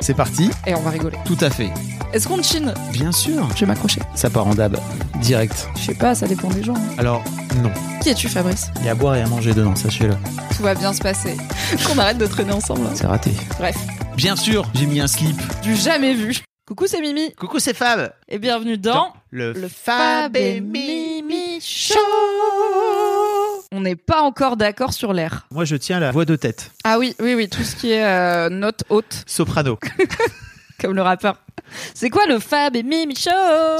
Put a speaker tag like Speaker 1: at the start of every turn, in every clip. Speaker 1: C'est parti,
Speaker 2: Et on va rigoler.
Speaker 1: tout à fait.
Speaker 2: Est-ce qu'on chine
Speaker 1: Bien sûr,
Speaker 2: Je vais m'accrocher.
Speaker 1: ça part en dab, direct.
Speaker 2: Je sais pas, ça dépend des gens. hein.
Speaker 1: Alors, non,
Speaker 2: Qui es-tu, Fabrice
Speaker 1: il y a à boire et à manger dedans, sachez-le.
Speaker 2: Tout va bien se passer. qu'on arrête de traîner ensemble. hein.
Speaker 1: C'est raté.
Speaker 2: Bref,
Speaker 1: Bien sûr, j'ai mis un slip.
Speaker 2: du jamais vu. Coucou, c'est Mimi.
Speaker 1: Coucou, c'est Fab.
Speaker 2: Et bienvenue dans le Fab et Mimi Show. On n'est pas encore d'accord sur l'air.
Speaker 1: Moi, je tiens la voix de tête,
Speaker 2: Ah oui, oui, oui, tout ce qui est euh, note haute,
Speaker 1: soprano.
Speaker 2: comme le rappeur. C'est quoi le Fab et Mimi Show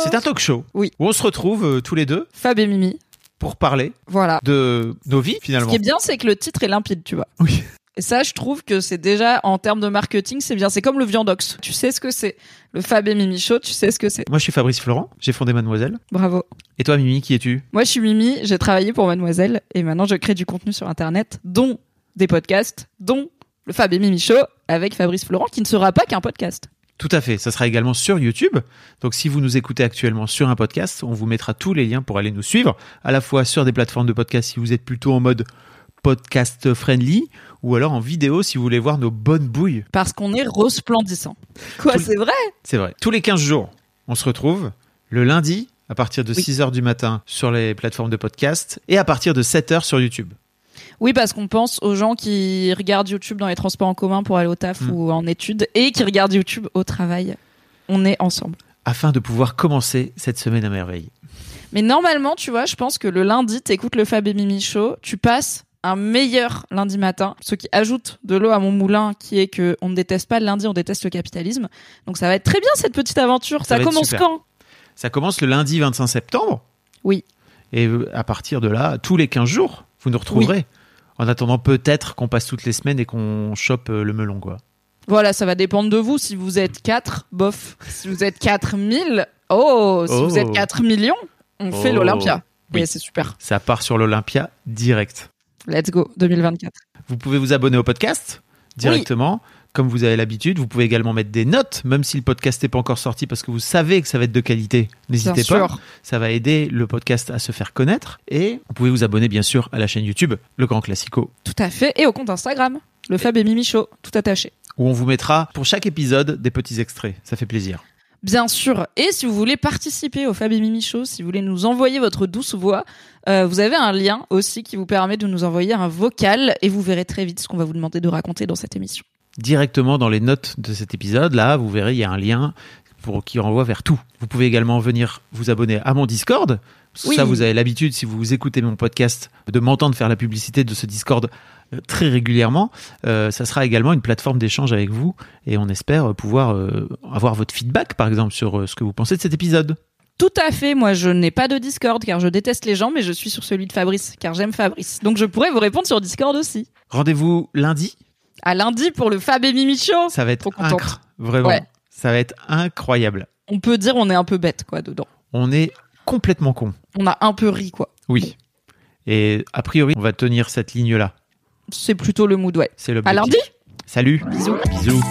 Speaker 1: C'est un talk show
Speaker 2: Oui.
Speaker 1: où on se retrouve euh, tous les deux
Speaker 2: Fab et Mimi.
Speaker 1: pour parler
Speaker 2: Voilà.
Speaker 1: de nos vies
Speaker 2: Ce
Speaker 1: finalement.
Speaker 2: qui est bien, c'est que le titre est limpide, tu vois.
Speaker 1: Oui.
Speaker 2: Et ça, je trouve que c'est déjà, en termes de marketing, c'est bien. C'est comme le viandox. Tu sais ce que c'est. Le Fab et Mimi Show, tu sais ce que c'est.
Speaker 1: Moi, je suis Fabrice Florent, j'ai fondé Mademoiselle.
Speaker 2: Bravo.
Speaker 1: Et toi, Mimi, qui es-tu
Speaker 2: Moi, je suis Mimi, j'ai travaillé pour Mademoiselle et maintenant je crée du contenu sur Internet, dont des podcasts, dont le Fab et Mimi Show avec Fabrice Florent, qui ne sera pas qu'un podcast.
Speaker 1: Tout à fait, ça sera également sur YouTube. Donc si vous nous écoutez actuellement sur un podcast, on vous mettra tous les liens pour aller nous suivre, à la fois sur des plateformes de podcast si vous êtes plutôt en mode podcast friendly, ou alors en vidéo si vous voulez voir nos bonnes bouilles.
Speaker 2: Parce qu'on est resplendissant. Quoi,
Speaker 1: Tout-
Speaker 2: c'est vrai
Speaker 1: C'est vrai. Tous les 15 jours, on se retrouve le lundi à partir de
Speaker 2: Oui.
Speaker 1: 6h du matin sur les plateformes de podcast et à partir de 7h sur YouTube.
Speaker 2: Oui, parce qu'on pense aux gens qui regardent YouTube dans les transports en commun pour aller au taf
Speaker 1: Mm.
Speaker 2: ou en études et qui regardent YouTube au travail. On est ensemble.
Speaker 1: Afin de pouvoir commencer cette semaine à merveille.
Speaker 2: Mais normalement, tu vois, je pense que le lundi, t'écoutes le Fab et Mimi Show, tu passes un meilleur lundi matin, ce qui ajoute de l'eau à mon moulin, qui est que on ne déteste pas le lundi, on déteste le capitalisme. Donc ça va être très bien cette petite aventure.
Speaker 1: Ça
Speaker 2: Ça,
Speaker 1: va être
Speaker 2: commence
Speaker 1: super.
Speaker 2: quand
Speaker 1: Ça commence le lundi 25 septembre.
Speaker 2: Oui.
Speaker 1: Et euh, à partir de là, tous les 15 jours, vous nous retrouverez. En attendant, peut-être qu'on passe toutes les semaines et qu'on chope euh, le melon, quoi.
Speaker 2: Voilà, ça va dépendre de vous. Si vous êtes 4, bof. Si vous êtes 4000, oh, si
Speaker 1: Oh.
Speaker 2: vous êtes 4 millions, on fait
Speaker 1: Oh.
Speaker 2: l'Olympia.
Speaker 1: Oui.
Speaker 2: Et c'est super.
Speaker 1: Ça part sur l'Olympia direct.
Speaker 2: Let's go 2024.
Speaker 1: Vous pouvez vous abonner au podcast directement, comme vous avez l'habitude. Vous pouvez également mettre des notes, même si le podcast n'est pas encore sorti, parce que vous savez que ça va être de qualité.
Speaker 2: Bien
Speaker 1: N'hésitez pas.
Speaker 2: sûr.
Speaker 1: Ça va aider le podcast à se faire connaître. Et vous pouvez vous abonner, bien sûr, à la chaîne YouTube, Le Grand Classico,
Speaker 2: Tout à fait. Et au compte Instagram, le Fab et Mimi Show, tout attaché.
Speaker 1: où on vous mettra pour chaque épisode des petits extraits. Ça fait plaisir.
Speaker 2: Bien sûr. Et si vous voulez participer au Fab et Mimi Show, si vous voulez nous envoyer votre douce voix, euh, vous avez un lien aussi qui vous permet de nous envoyer un vocal et vous verrez très vite ce qu'on va vous demander de raconter dans cette émission.
Speaker 1: directement dans les notes de cet épisode. Là, vous verrez, il y a un lien pour, qui renvoie vers tout. Vous pouvez également venir vous abonner à mon Discord. Parce que
Speaker 2: Oui.
Speaker 1: Ça, vous avez l'habitude, si vous écoutez mon podcast, de m'entendre faire la publicité de ce Discord euh, très régulièrement. Euh, ça sera également une plateforme d'échange avec vous et on espère pouvoir euh, avoir votre feedback, par exemple, sur euh, ce que vous pensez de cet épisode.
Speaker 2: Tout à fait. Moi, je n'ai pas de Discord car je déteste les gens, mais je suis sur celui de Fabrice car j'aime Fabrice. Donc, je pourrais vous répondre sur Discord aussi.
Speaker 1: Rendez-vous lundi.
Speaker 2: À lundi pour le Fab et Mimi Show.
Speaker 1: Ça va être
Speaker 2: Trop contente.
Speaker 1: incre, vraiment.
Speaker 2: Ouais.
Speaker 1: Ça va être incroyable.
Speaker 2: On peut dire on est un peu bête quoi dedans.
Speaker 1: On est complètement con.
Speaker 2: On a un peu ri quoi.
Speaker 1: Oui. Et a priori, on va tenir cette ligne-là.
Speaker 2: C'est plutôt le mood ouais.
Speaker 1: C'est le
Speaker 2: À lundi.
Speaker 1: Salut.
Speaker 2: Bisous.
Speaker 1: Bisous.